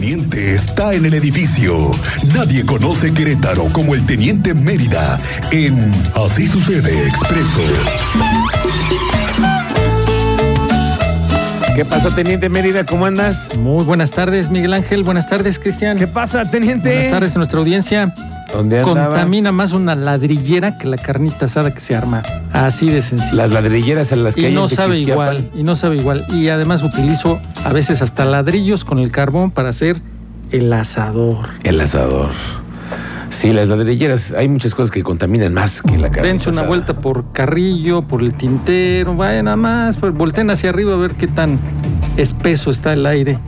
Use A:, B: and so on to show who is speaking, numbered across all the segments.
A: Teniente está en el edificio. Nadie conoce Querétaro como el Teniente Mérida en Así sucede Expreso.
B: ¿Qué pasó, Teniente Mérida? ¿Cómo andas?
C: Muy buenas tardes, Miguel Ángel. Buenas tardes, Cristian.
B: ¿Qué pasa, Teniente?
C: Buenas tardes a nuestra audiencia.
B: ¿Dónde andabas?
C: Contamina más una ladrillera que la carnita asada que se arma. Así de sencillo.
B: Las ladrilleras en las que
C: y
B: hay en
C: no sabe
B: Tequisquiapan.
C: igual, y no sabe igual. Y además utilizo a veces hasta ladrillos con el carbón para hacer el asador.
B: El asador. Sí, las ladrilleras. Hay muchas cosas que contaminan más que la carne.
C: Dense una
B: asada.
C: vuelta por Carrillo, por el Tintero, vayan nada más, pues, volteen hacia arriba a ver qué tan espeso está el aire.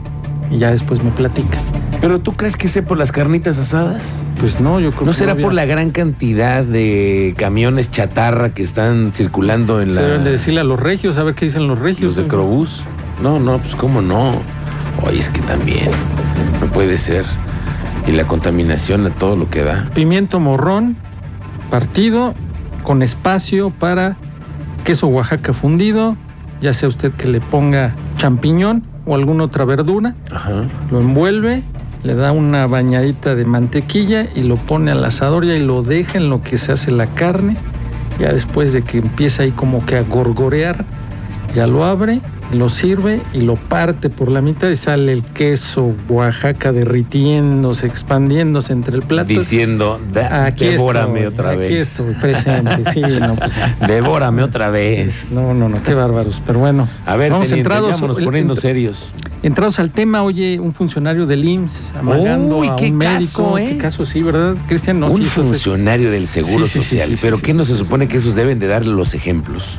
C: Y ya después me platica.
B: ¿Pero tú crees que sea por las carnitas asadas?
C: Pues no, yo creo
B: ¿No
C: que
B: será
C: había-
B: por la gran cantidad de camiones chatarra que están circulando en
C: Se
B: la.
C: deben de decirle a los regios, a ver qué dicen los
B: los
C: regios.
B: de Crobús? No, no, pues cómo no. Oye, es que también. No puede ser. Y la contaminación a todo lo que da.
C: Pimiento morrón, partido, con espacio para queso Oaxaca fundido, ya sea usted que le ponga champiñón o alguna otra verdura,
B: Ajá.
C: lo envuelve, le da una bañadita de mantequilla y lo pone al asador ya y lo deja en lo que se hace la carne. Ya después de que empieza ahí como que a gorgorear, ya lo abre, lo sirve y lo parte por la mitad y sale el queso Oaxaca derritiéndose, expandiéndose entre el plato.
B: Diciendo, "Da-
C: Aquí
B: devórame
C: estoy,
B: otra
C: aquí
B: vez.
C: estoy presente, sí, no, pues,
B: Devórame otra vez.
C: no, no, no, qué bárbaros, pero bueno.
B: A ver,
C: vamos
B: teniente,
C: entrados,
B: vámonos
C: el-
B: poniendo
C: ent-
B: serios.
C: Entrados al tema, oye, un funcionario del IMSS amagando
B: Uy,
C: a
B: qué
C: un médico.
B: caso, ¿eh?
C: Qué caso, sí, ¿verdad? Cristian, no,
B: un
C: sí, eso es-
B: funcionario del Seguro
C: Sí, sí, sí,
B: Social.
C: sí, sí,
B: pero
C: sí,
B: ¿qué
C: sí,
B: no
C: sí,
B: se
C: sí.
B: supone que esos deben de dar los ejemplos?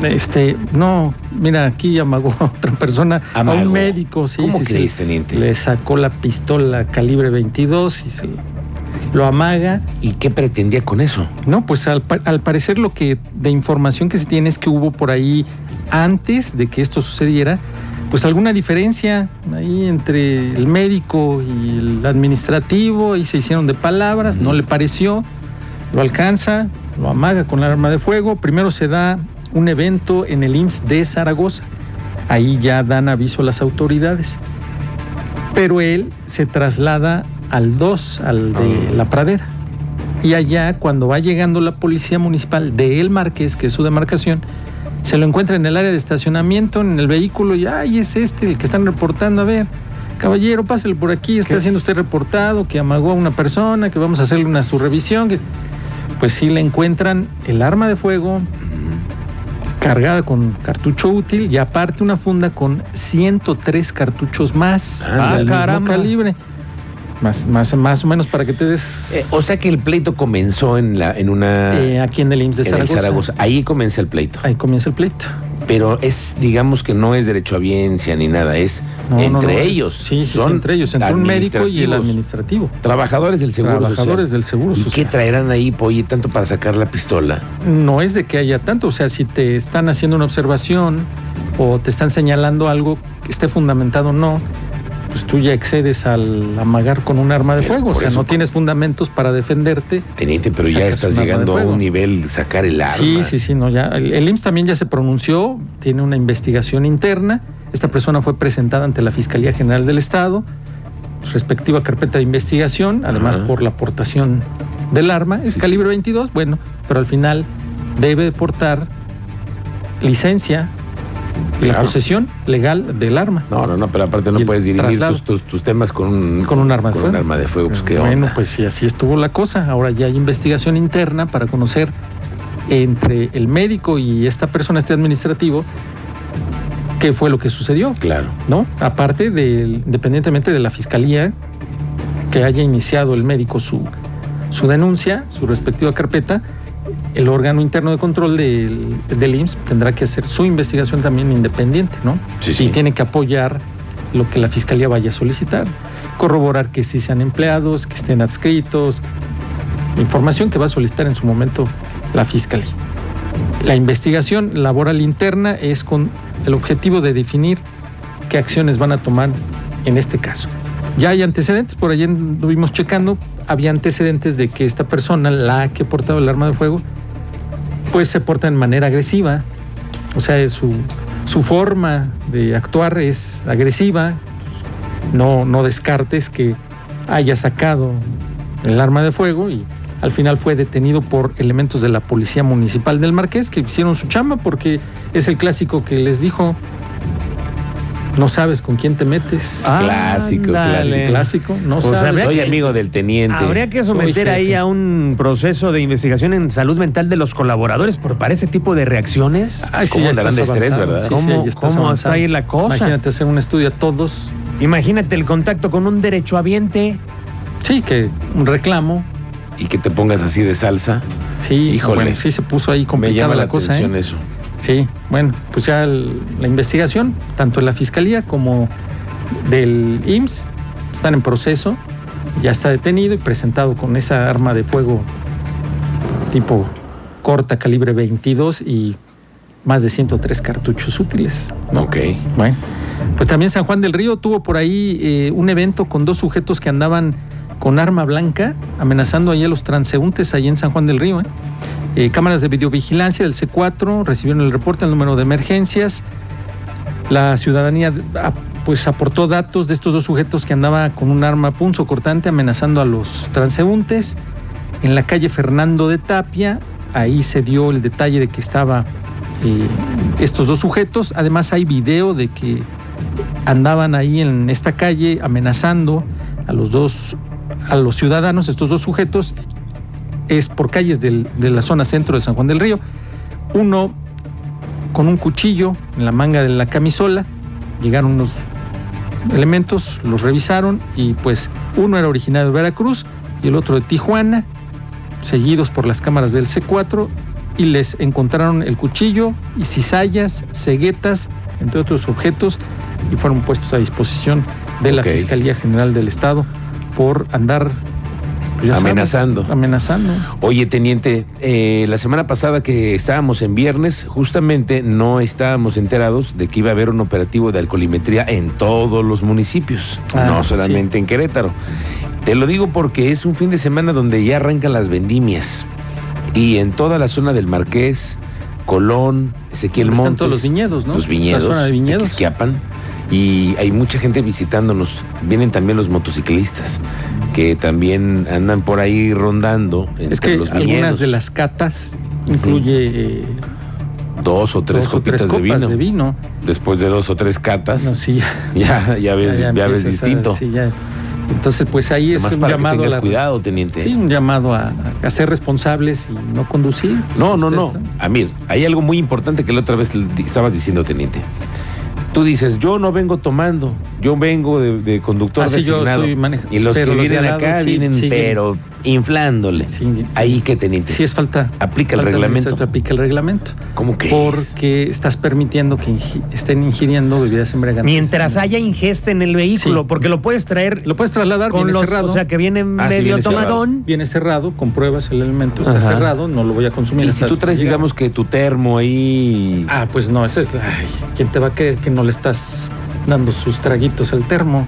C: Este, no, mira, aquí amagó a otra persona, a
B: Amagó.
C: un médico, sí,
B: ¿Cómo
C: sí, sí.
B: crees, teniente?
C: Le sacó la pistola calibre 22 y se lo amaga.
B: ¿Y qué pretendía con eso?
C: No, pues al, pa- al parecer lo que de información que se tiene es que hubo por ahí antes de que esto sucediera, pues alguna diferencia ahí entre el médico y el administrativo y se hicieron de palabras, no le pareció, lo alcanza, lo amaga con la arma de fuego, primero se da un evento en el IMSS de Zaragoza, ahí ya dan aviso las autoridades, pero él se traslada al 2, al de
B: Ah.
C: la pradera. Y allá, cuando va llegando la policía municipal de El Marqués, que es su demarcación, se lo encuentra en el área de estacionamiento, en el vehículo, y ay, es este el que están reportando. A ver, caballero, pásale por aquí, está
B: ¿Qué?
C: siendo usted reportado, que amagó a una persona, que vamos a hacerle una su revisión. que-". Pues sí le encuentran el arma de fuego Mm. cargada con cartucho útil y aparte una funda con 103 cartuchos más.
B: Ah,
C: del mismo
B: caramba.
C: calibre. Más, más, más o menos para que te des
B: Eh, o sea que el pleito comenzó en, la, en una...
C: eh, aquí en el IMSS de
B: en el
C: Zaragoza.
B: Zaragoza. Ahí comienza el pleito.
C: Ahí comienza el pleito.
B: Pero es, digamos que no es derecho a biencia ni nada, es
C: No,
B: entre
C: no, no, es-
B: ellos.
C: Sí, sí, sí,
B: Son
C: entre ellos, entre un médico y el
B: administrativos,
C: administrativo.
B: Trabajadores del Seguro
C: Trabajadores
B: Social.
C: del Seguro
B: ¿Y qué
C: Social.
B: traerán ahí, Polly, tanto para sacar la pistola?
C: No es de que haya tanto, o sea, si te están haciendo una observación o te están señalando algo que esté fundamentado o no, pues tú ya excedes al amagar con un arma de
B: Pero
C: fuego, o
B: por
C: sea,
B: eso-
C: no tienes fundamentos para defenderte.
B: Teniente, pero ya
C: Sacas
B: estás
C: un arma de
B: llegando a
C: fuego.
B: un nivel de sacar el arma.
C: Sí, sí, sí, no, ya. El, el IMSS también ya se pronunció, tiene una investigación interna. Esta persona fue presentada ante la Fiscalía General del Estado, su respectiva carpeta de investigación, además
B: Ajá.
C: por la aportación del arma. Es
B: Sí,
C: calibre 22, bueno, pero al final debe portar licencia y la
B: Claro.
C: posesión legal del arma.
B: No, no, no, pero aparte no
C: Y el
B: puedes dirimir
C: traslado.
B: tus, tus- tus temas con un,
C: Con un arma de
B: con
C: fuego.
B: arma de fuego, pues qué
C: bueno,
B: onda.
C: pues sí, así estuvo la cosa. Ahora ya hay investigación interna para conocer entre el médico y esta persona, este administrativo, qué fue lo que sucedió,
B: Claro.
C: ¿no? Aparte del, independientemente de la fiscalía que haya iniciado el médico su, su denuncia, su respectiva carpeta, el órgano interno de control del, del IMSS tendrá que hacer su investigación también independiente, ¿no?
B: Sí,
C: y
B: sí.
C: tiene que apoyar lo que la fiscalía vaya a solicitar, corroborar que sí sean empleados, que estén adscritos, que- información que va a solicitar en su momento la fiscalía. La investigación laboral interna es con el objetivo de definir qué acciones van a tomar en este caso. Ya hay antecedentes, por allí estuvimos checando, había antecedentes de que esta persona, la que portaba el arma de fuego, pues se porta en manera agresiva, o sea, su, su forma de actuar es agresiva, no, no descartes que haya sacado el arma de fuego y al final fue detenido por elementos de la Policía Municipal del Marqués que hicieron su chamba porque es el clásico que les dijo, no sabes con quién te metes.
D: Ah,
B: clásico,
D: ándale.
B: clásico.
C: Clásico, no
D: Pues
C: sabes.
D: habría
B: Soy
D: que-
B: amigo del teniente.
D: Habría que
C: Soy
D: someter
C: jefe.
D: ahí a un proceso de investigación en salud mental de los colaboradores por para ese tipo de reacciones.
B: Ay, ¿Cómo andarán de estrés, verdad?
C: Ah, Sí,
D: ¿Cómo-
C: sí, ya estás
D: cómo
C: avanzado.
D: está ahí la cosa?
C: Imagínate hacer un estudio a todos.
D: Imagínate el contacto con un derechohabiente.
C: Sí, que un reclamo.
B: Y que te pongas así de salsa.
C: Sí,
B: Híjole.
C: bueno, sí se puso ahí
B: Me
C: complicada
B: llama la,
C: la cosa. ¿eh?
B: atención eso.
C: Sí, bueno, pues ya el- la investigación, tanto de la fiscalía como del IMSS, están en proceso. Ya está detenido y presentado con esa arma de fuego tipo corta, calibre 22 y más de 103 cartuchos útiles.
B: Ok.
C: Bueno, pues también San Juan del Río tuvo por ahí eh, un evento con dos sujetos que andaban con arma blanca amenazando ahí a los transeúntes ahí en San Juan del Río. ¿eh? Eh, cámaras de videovigilancia del C4 recibieron el reporte, el número de emergencias. La ciudadanía ah, pues aportó datos de estos dos sujetos que andaba con un arma punzo cortante amenazando a los transeúntes. En la calle Fernando de Tapia, ahí se dio el detalle de que estaba eh, estos dos sujetos. Además hay video de que andaban ahí en esta calle amenazando a los dos, a los ciudadanos, estos dos sujetos, es por calles del- de la zona centro de San Juan del Río. Uno con un cuchillo en la manga de la camisola, llegaron unos elementos, los revisaron y pues uno era originario de Veracruz y el otro de Tijuana, seguidos por las cámaras del C4 y les encontraron el cuchillo y cizallas, ceguetas, entre otros objetos, y fueron puestos a disposición de la
B: Ok.
C: Fiscalía General del Estado por andar pues, ya sabes,
B: Amenazando.
C: amenazando.
B: Oye, teniente, eh, la semana pasada que estábamos en viernes, justamente no estábamos enterados de que iba a haber un operativo de alcoholimetría en todos los municipios,
C: Ah,
B: no solamente en Querétaro. Te lo digo porque es un fin de semana donde ya arrancan las vendimias. Y en toda la zona del Marqués, Colón, Ezequiel
C: Donde
B: Montes.
C: Están todos los viñedos, ¿no?
B: Los viñedos.
C: La zona de
B: de
C: viñedos.
B: Quisquiapan, Y hay mucha gente visitándonos. Vienen también los motociclistas, que también andan por ahí rondando.
C: Es
B: entre
C: que
B: los
C: algunas
B: viñedos.
C: de las catas incluye eh,
B: Dos o tres
C: dos o
B: copitas
C: tres
B: de, vino.
C: copas de vino.
B: Después de dos o tres catas,
C: No, sí,
B: ya, ya ves, ya ves
C: empiezas a-
B: distinto.
C: sí, ya. Entonces, pues ahí es
B: Además,
C: un
B: para que
C: llamado a
B: tengas
C: la-
B: cuidado, ¿eh? teniente.
C: Sí, un llamado a, a ser responsables y no conducir. Pues,
B: No, no,
C: Ustedes
B: no.
C: están-
B: Amir, hay algo muy importante que la otra vez le di- estabas diciendo, teniente. Tú dices, yo no vengo tomando, yo vengo de, de conductor
C: Ah, sí, yo
B: designado.
C: estoy manejando.
B: y los
C: Pero
B: que
C: los de
B: vienen
C: al lado
B: acá
C: sí,
B: vienen,
C: siguen.
B: pero inflándole.
C: Sí,
B: Ahí que, teniente,
C: sí es falta.
B: aplica el
C: falta
B: reglamento.
C: administrativa, Aplica el reglamento.
B: ¿Cómo que? es?
C: Porque estás permitiendo que ingi- estén ingiriendo bebidas embriagantes.
D: Mientras haya ingesta en el vehículo,
C: Sí.
D: porque lo puedes traer
C: Lo puedes trasladar
D: con
C: viene
D: los,
C: cerrado.
D: o sea, que viene
B: Ah, sí,
D: medio
B: viene cerrado.
D: tomadón.
C: Viene cerrado, compruebas el elemento, está
B: Ajá.
C: cerrado, no lo voy a consumir.
B: Y si
C: hasta
B: tú traes,
C: llegar.
B: digamos que tu termo ahí.
C: Ah, pues no, ese es. Ay, ¿Quién te va a creer que no le estás dando sus traguitos al termo?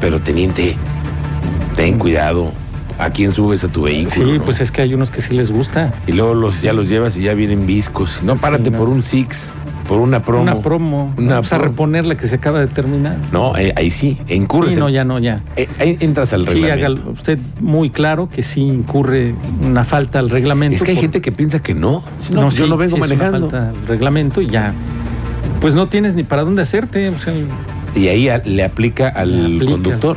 B: Pero, teniente, ten cuidado a quién subes a tu vehículo.
C: Sí,
B: ¿no?
C: pues es que hay unos que sí les gusta.
B: Y luego los, ya los llevas y ya vienen viscos. No,
C: Sí,
B: párate
C: no.
B: por un Six, por una promo.
C: Una promo.
B: Una
C: Vamos a
B: promo.
C: reponer la que se acaba de terminar.
B: No, eh, ahí sí, incurres.
C: Sí, no, ya no, ya.
B: Eh, ahí entras al
C: Sí,
B: reglamento.
C: hágalo usted muy claro que sí incurre una falta al reglamento.
B: es que hay
C: por-
B: gente que piensa que no. No,
C: No,
B: yo
C: sí,
B: no vengo
C: sí es una
B: manejando.
C: falta al reglamento y ya. Pues no tienes ni para dónde hacerte. o sea,
B: Y ahí a- le aplica al
C: Le aplica.
B: conductor.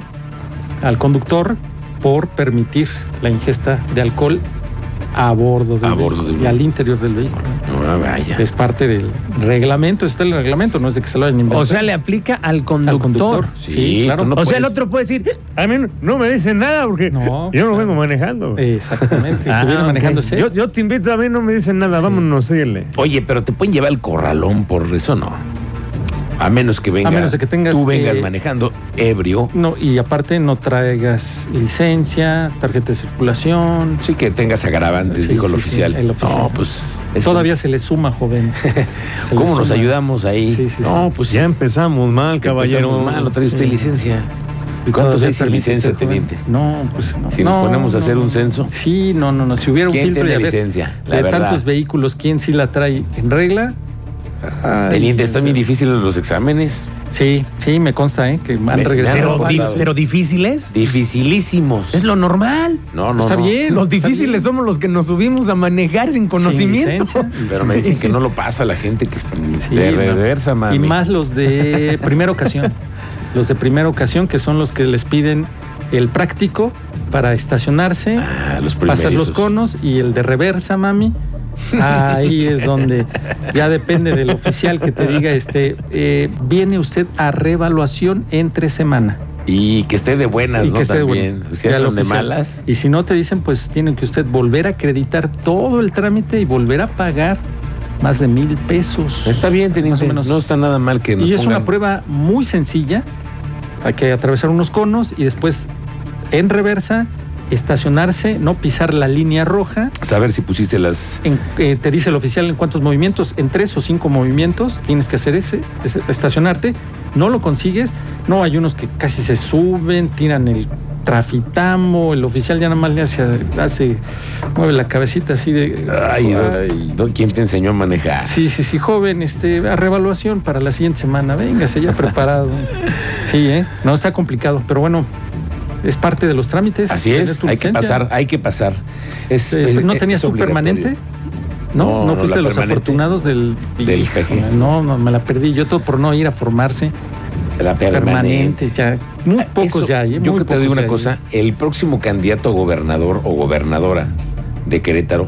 C: al conductor por permitir la ingesta de alcohol a bordo del
B: A bordo
C: vehículo
B: del
C: y al
B: vehículo.
C: interior del vehículo.
B: No, vaya.
C: Es parte del reglamento, está el reglamento, no es de que se lo hayan inventado.
D: O sea, le aplica al
C: al
D: conductor.
C: conductor.
B: Sí,
C: Sí,
B: tú
C: claro.
B: no
D: o sea, el
B: puedes.
D: otro puede decir, a mí no me dicen nada porque
C: No,
D: yo no
C: claro.
D: vengo manejando.
C: Exactamente.
D: Ah,
C: Estuviera
D: ok.
C: manejando ese.
D: yo, yo te invito, a mí no me dicen nada,
C: Sí.
D: vámonos, síguele.
B: Oye, pero te pueden llevar al corralón por eso, no. A menos que venga,
C: A menos de que tengas,
B: tú vengas
C: eh,
B: manejando ebrio.
C: No, y aparte no traigas licencia, tarjeta de circulación.
B: Sí que tengas agravantes,
C: Sí,
B: dijo el,
C: sí, sí,
B: oficial.
C: el oficial.
B: No, pues. es-
C: Todavía se le suma, joven. Se le
B: ¿Cómo nos
C: suma.
B: ayudamos ahí?
C: Sí, sí,
B: no,
C: sí.
B: pues.
D: Ya empezamos mal, caballero.
B: Caballero, malo, trae usted
C: Sí.
B: licencia.
C: Y
B: ¿Cuántos
C: todavía
B: hay sin
C: permite
B: licencia,
C: ser joven.
B: teniente?
C: No, pues no.
B: Si nos
C: No,
B: ponemos a
C: no,
B: hacer un
C: no.
B: censo.
C: Sí, no, no, no. Si hubiera un
B: ¿Quién
C: filtro y
B: tiene
C: a ver,
B: licencia? La
C: de
B: verdad.
C: tantos vehículos, ¿quién sí la trae en regla?
B: Teniente, están muy difíciles los exámenes.
C: Sí, sí, me consta, ¿eh? Que han
B: Me- me
C: regresado.
B: han
D: Pero,
B: robado.
D: di-
C: varios.
D: pero difíciles.
B: Dificilísimos.
D: Es lo normal.
B: No, no,
C: Está
B: no.
C: bien.
D: Los
C: está
D: difíciles
C: bien.
D: somos los que nos subimos a manejar sin conocimiento.
C: licencia.
B: Pero me dicen que no lo pasa la gente que está
C: Sí,
B: de
C: no.
B: reversa, mami.
C: Y más los de primera ocasión. Los de primera ocasión, que son los que les piden el práctico para estacionarse,
B: Ah, los
C: pasar
B: primerizos.
C: los conos y el de reversa, mami. Ahí es donde ya depende del oficial que te diga, este, eh, viene usted a revaluación entre semana.
B: Y que esté de buenas,
C: Y
B: ¿no?
C: que esté de
B: También. Pues,
C: buena.
B: Si
C: Ya
B: andan
C: lo
B: de
C: oficial.
B: malas.
C: Y si no te dicen, pues tienen que usted volver a acreditar todo el trámite y volver a pagar más de mil pesos.
B: Está bien, teniente.
C: Más o menos.
B: No está nada mal que nos
C: Y es
B: pongan-
C: una prueba muy sencilla. Hay que atravesar unos conos y después en reversa estacionarse, no pisar la línea roja.
B: Saber si pusiste las.
C: En- eh, te dice el oficial en cuántos movimientos, en tres o cinco movimientos tienes que hacer ese, ese- estacionarte. No lo consigues. No, hay unos que casi se suben, tiran el trafitamo, el oficial ya nada más le hace, hace mueve la cabecita así de... ah,
B: Ay, don- don, ¿quién te enseñó a manejar?
C: Sí, sí, sí, joven, este, a revaluación para la siguiente semana. Véngase ya preparado. Sí, ¿eh? No, está complicado, pero bueno, es parte de los trámites.
B: Así
C: tener
B: es,
C: tu
B: hay que
C: licencia.
B: pasar, hay que pasar. Es,
C: Eh,
B: Este, es-
C: ¿No
B: es
C: tenías tu
B: obligatorio.
C: permanente? No,
B: No,
C: no,
B: no, la
C: fuiste de los
B: permanente.
C: afortunados del...
B: Del
C: Híjole,
B: PG.
C: No, no, me la perdí. Yo todo por no ir a formarse.
B: La permanente. Ah,
C: Permanentes, ya. Muy pocos
B: Eso,
C: ya hay. ¿eh?
B: Yo
C: muy
B: que te digo
C: pocos
B: una
C: ya
B: cosa,
C: hay.
B: el próximo candidato a gobernador o gobernadora de Querétaro,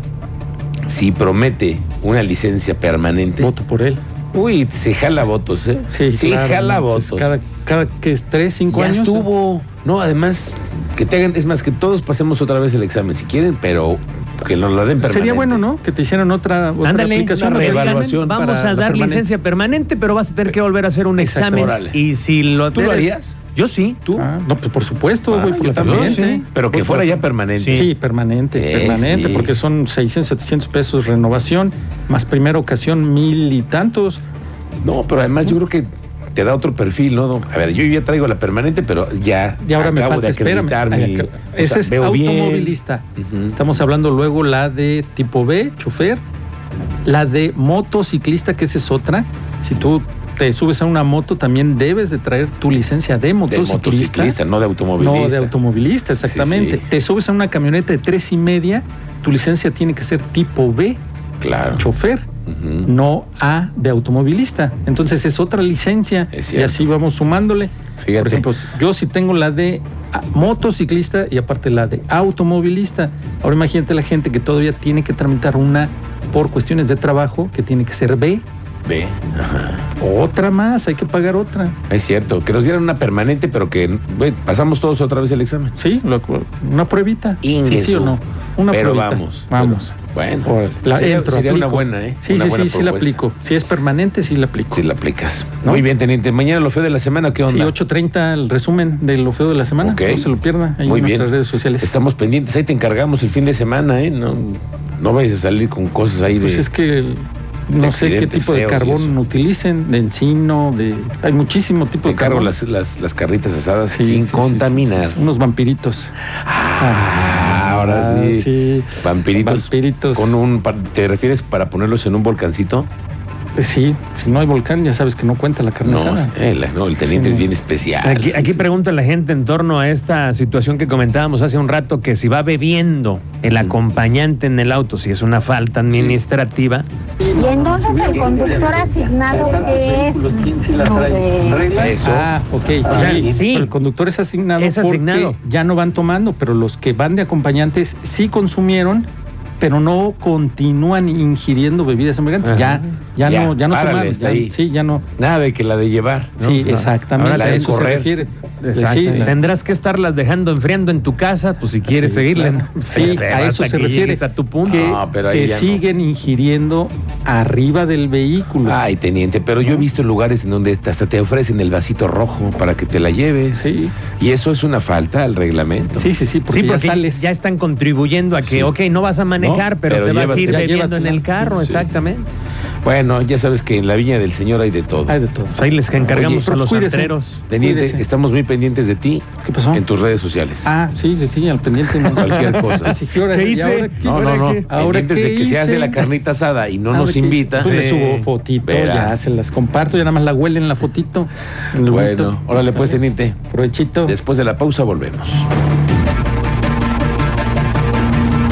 B: si promete una licencia permanente,
C: Voto por él.
B: uy, se jala votos, ¿eh?
C: Sí, claro,
B: jala
C: ¿no? Pues
B: votos.
C: Cada, cada que es tres, cinco
B: ya
C: años.
B: estuvo. No, además, que te hagan, es más, que todos pasemos otra vez el examen si quieren, pero que nos la den permanente.
C: Sería bueno, ¿no? Que te hicieran otra, otra
D: Ándale,
C: aplicación.
D: una
C: otra
B: reevaluación.
C: examen.
D: reevaluación.
C: para
D: Vamos
C: la
D: a dar
C: permanente.
D: licencia permanente, pero vas a tener que volver a hacer un
C: Exacto,
D: examen.
B: órale.
D: Y si lo
B: ¿Tú lo
D: eres-
B: harías?
D: Yo sí.
B: ¿Tú?
C: Ah, no, pues por supuesto,
B: Ah,
C: voy por
B: yo
C: la
B: también,
C: permanente.
B: sí. Pero que
C: Voy
B: fuera
C: por-
B: ya permanente.
C: Sí, permanente,
B: Eh,
C: permanente,
B: sí.
C: porque son 600, 700 pesos renovación, más primera ocasión mil y tantos.
B: No, pero además yo creo que te da otro perfil, ¿no? Don? A ver, yo ya traigo la permanente, pero ya.
C: Y ahora me
B: Ah, acabo
C: falta,
B: de
C: espérame.
B: acreditar
C: Ay,
B: mi-
C: acá-
B: o sea,
C: Ese es
B: veo bien.
C: automovilista.
B: Ujú.
C: Estamos hablando luego la de tipo B, chofer, la de motociclista, que esa es otra. Si tú te subes a una moto, también debes de traer tu licencia de
B: De
C: motociclista.
B: motociclista, no de automovilista.
C: No, de automovilista, exactamente.
B: sí.
C: Te subes a una camioneta de tres y media, tu licencia tiene que ser tipo B,
B: Claro.
C: chofer,
B: Ujú.
C: no A de automovilista. Entonces es otra licencia
B: Es
C: y
B: cierto.
C: así vamos sumándole.
B: Fíjate.
C: Por ejemplo, yo sí tengo la de ah, motociclista y aparte la de automovilista. Ahora imagínate la gente que todavía tiene que tramitar una por cuestiones de trabajo que tiene que ser B,
B: Ve. Ajá.
C: otra más, hay que pagar otra.
B: Es cierto. Que nos dieran una permanente, pero que bueno, pasamos todos otra vez el examen.
C: Sí, lo- una pruebita. Sí,
B: Ingesu.
C: sí o no. Una
B: pero
C: pruebita.
B: vamos.
C: Vamos.
B: pero- bueno.
C: Órale, La
B: sería,
C: entro,
B: sería una
C: aplico.
B: buena, ¿eh?
C: Sí,
B: Una
C: sí,
B: buena
C: sí, sí la
B: propuesta.
C: aplico. Si es permanente, sí la aplico.
B: Si la aplicas.
C: ¿No?
B: Muy bien, teniente. Mañana lo feo de la semana, ¿qué
C: Sí,
B: onda?
C: 8.30 el resumen de lo feo de la semana.
B: Ok.
C: No se lo pierda ahí
B: Muy
C: en nuestras
B: bien.
C: redes sociales.
B: Estamos pendientes. Ahí te encargamos el fin de semana, ¿eh? No, no vayas a salir con cosas ahí de.
C: Pues es que el- no sé qué
B: accidentes
C: tipo de
B: feos y
C: carbón
B: eso.
C: utilicen, de encino, de hay muchísimo tipo
B: Te
C: de
B: encargo
C: carbón.
B: las, las, las carritas asadas
C: Pues, Sí,
B: sin
C: sí, sí,
B: contaminar.
C: sí, sí, unos vampiritos.
B: Ah, ahora
C: Ah,
B: sí.
C: sí.
B: Vampiritos.
C: Vampiritos.
B: Con un, pa- ¿Te refieres para ponerlos en un volcancito?
C: Eh, sí, si no hay volcán ya sabes que no cuenta la carne
B: No,
C: asada.
B: eh, la- no, el teniente
C: Sí,
B: es
C: no.
B: bien especial.
D: Aquí, aquí
C: sí, sí.
D: pregunta la gente en torno a esta situación que comentábamos hace un rato, que si va bebiendo el acompañante en el auto, si es una falta administrativa,
E: Y entonces el conductor asignado que es lo de-
B: Eso.
C: Ah, ok.
D: sea,
C: sí,
D: sí.
C: pero el conductor es asignado.
D: Es asignado.
C: Porque ya no van tomando, pero los que van de acompañantes sí consumieron, pero no continúan ingiriendo bebidas embriagantes.
D: Ajá.
C: Ya, ya,
B: Ya,
C: no, ya no
B: párale,
C: tomaron.
B: está
C: ya-
B: ahí.
C: sí, ya no.
B: Nada de que la de llevar. ¿no?
C: sí,
D: Ajá.
C: exactamente.
B: Ahora la
C: a
B: de
C: eso se
B: correr.
C: refiere.
D: Exacto.
C: Pues Sí, la-
D: pues Tendrás que estarlas dejando enfriando en tu casa, pues si quieres
C: Sí,
D: seguirle.
C: claro.
D: ¿no?
C: Sí,
D: Pero
C: a eso se
D: hasta que
C: refiere.
D: llegues a tu punto.
C: que,
B: No, pero ahí
C: que
B: ya no.
C: siguen ingiriendo arriba del vehículo.
B: Ay, teniente, pero yo he visto lugares en donde hasta te ofrecen el vasito rojo para que te la lleves.
C: sí,
B: Y eso es una falta al reglamento.
C: sí, sí, sí, porque,
D: sí, porque
C: ya sales.
D: ya están contribuyendo a que,
B: Sí.
D: ok, no vas a manejar,
B: No,
D: pero,
B: pero
D: te vas a
B: llévate-
D: ir
B: Ya
D: bebiendo en
C: llévatela.
D: el carro,
B: Sí.
D: exactamente.
B: Bueno, ya sabes que en la viña del Señor hay de todo.
C: Hay de todo.
D: Pues ahí les encargamos
B: Oye,
D: a los
C: cuídese.
D: antreros.
B: Teniente,
C: Cuídese.
B: estamos muy pendientes de ti
C: ¿Qué pasó?
B: en tus redes sociales.
C: Ah, sí, sí, al pendiente. no.
B: Cualquier cosa.
C: Sí, ¿qué hora
D: ¿Qué
C: es? ¿Y
D: hice?
C: ahora qué?
B: no,
D: ¿Ahora
B: no, no.
D: qué?
C: ¿Ahora
B: Pendientes
C: qué
B: de que se hace
C: hice?
B: la carnita asada y no
C: Ah,
B: nos
C: ¿qué
B: invita.
C: hice? Pues
D: Sí.
C: le subo fotito, ya
B: Verás.
C: se las comparto, ya nada más la huelen la fotito. el
B: Bueno,
C: huevito.
B: órale pues, teniente.
C: Provechito.
B: Después de la pausa volvemos.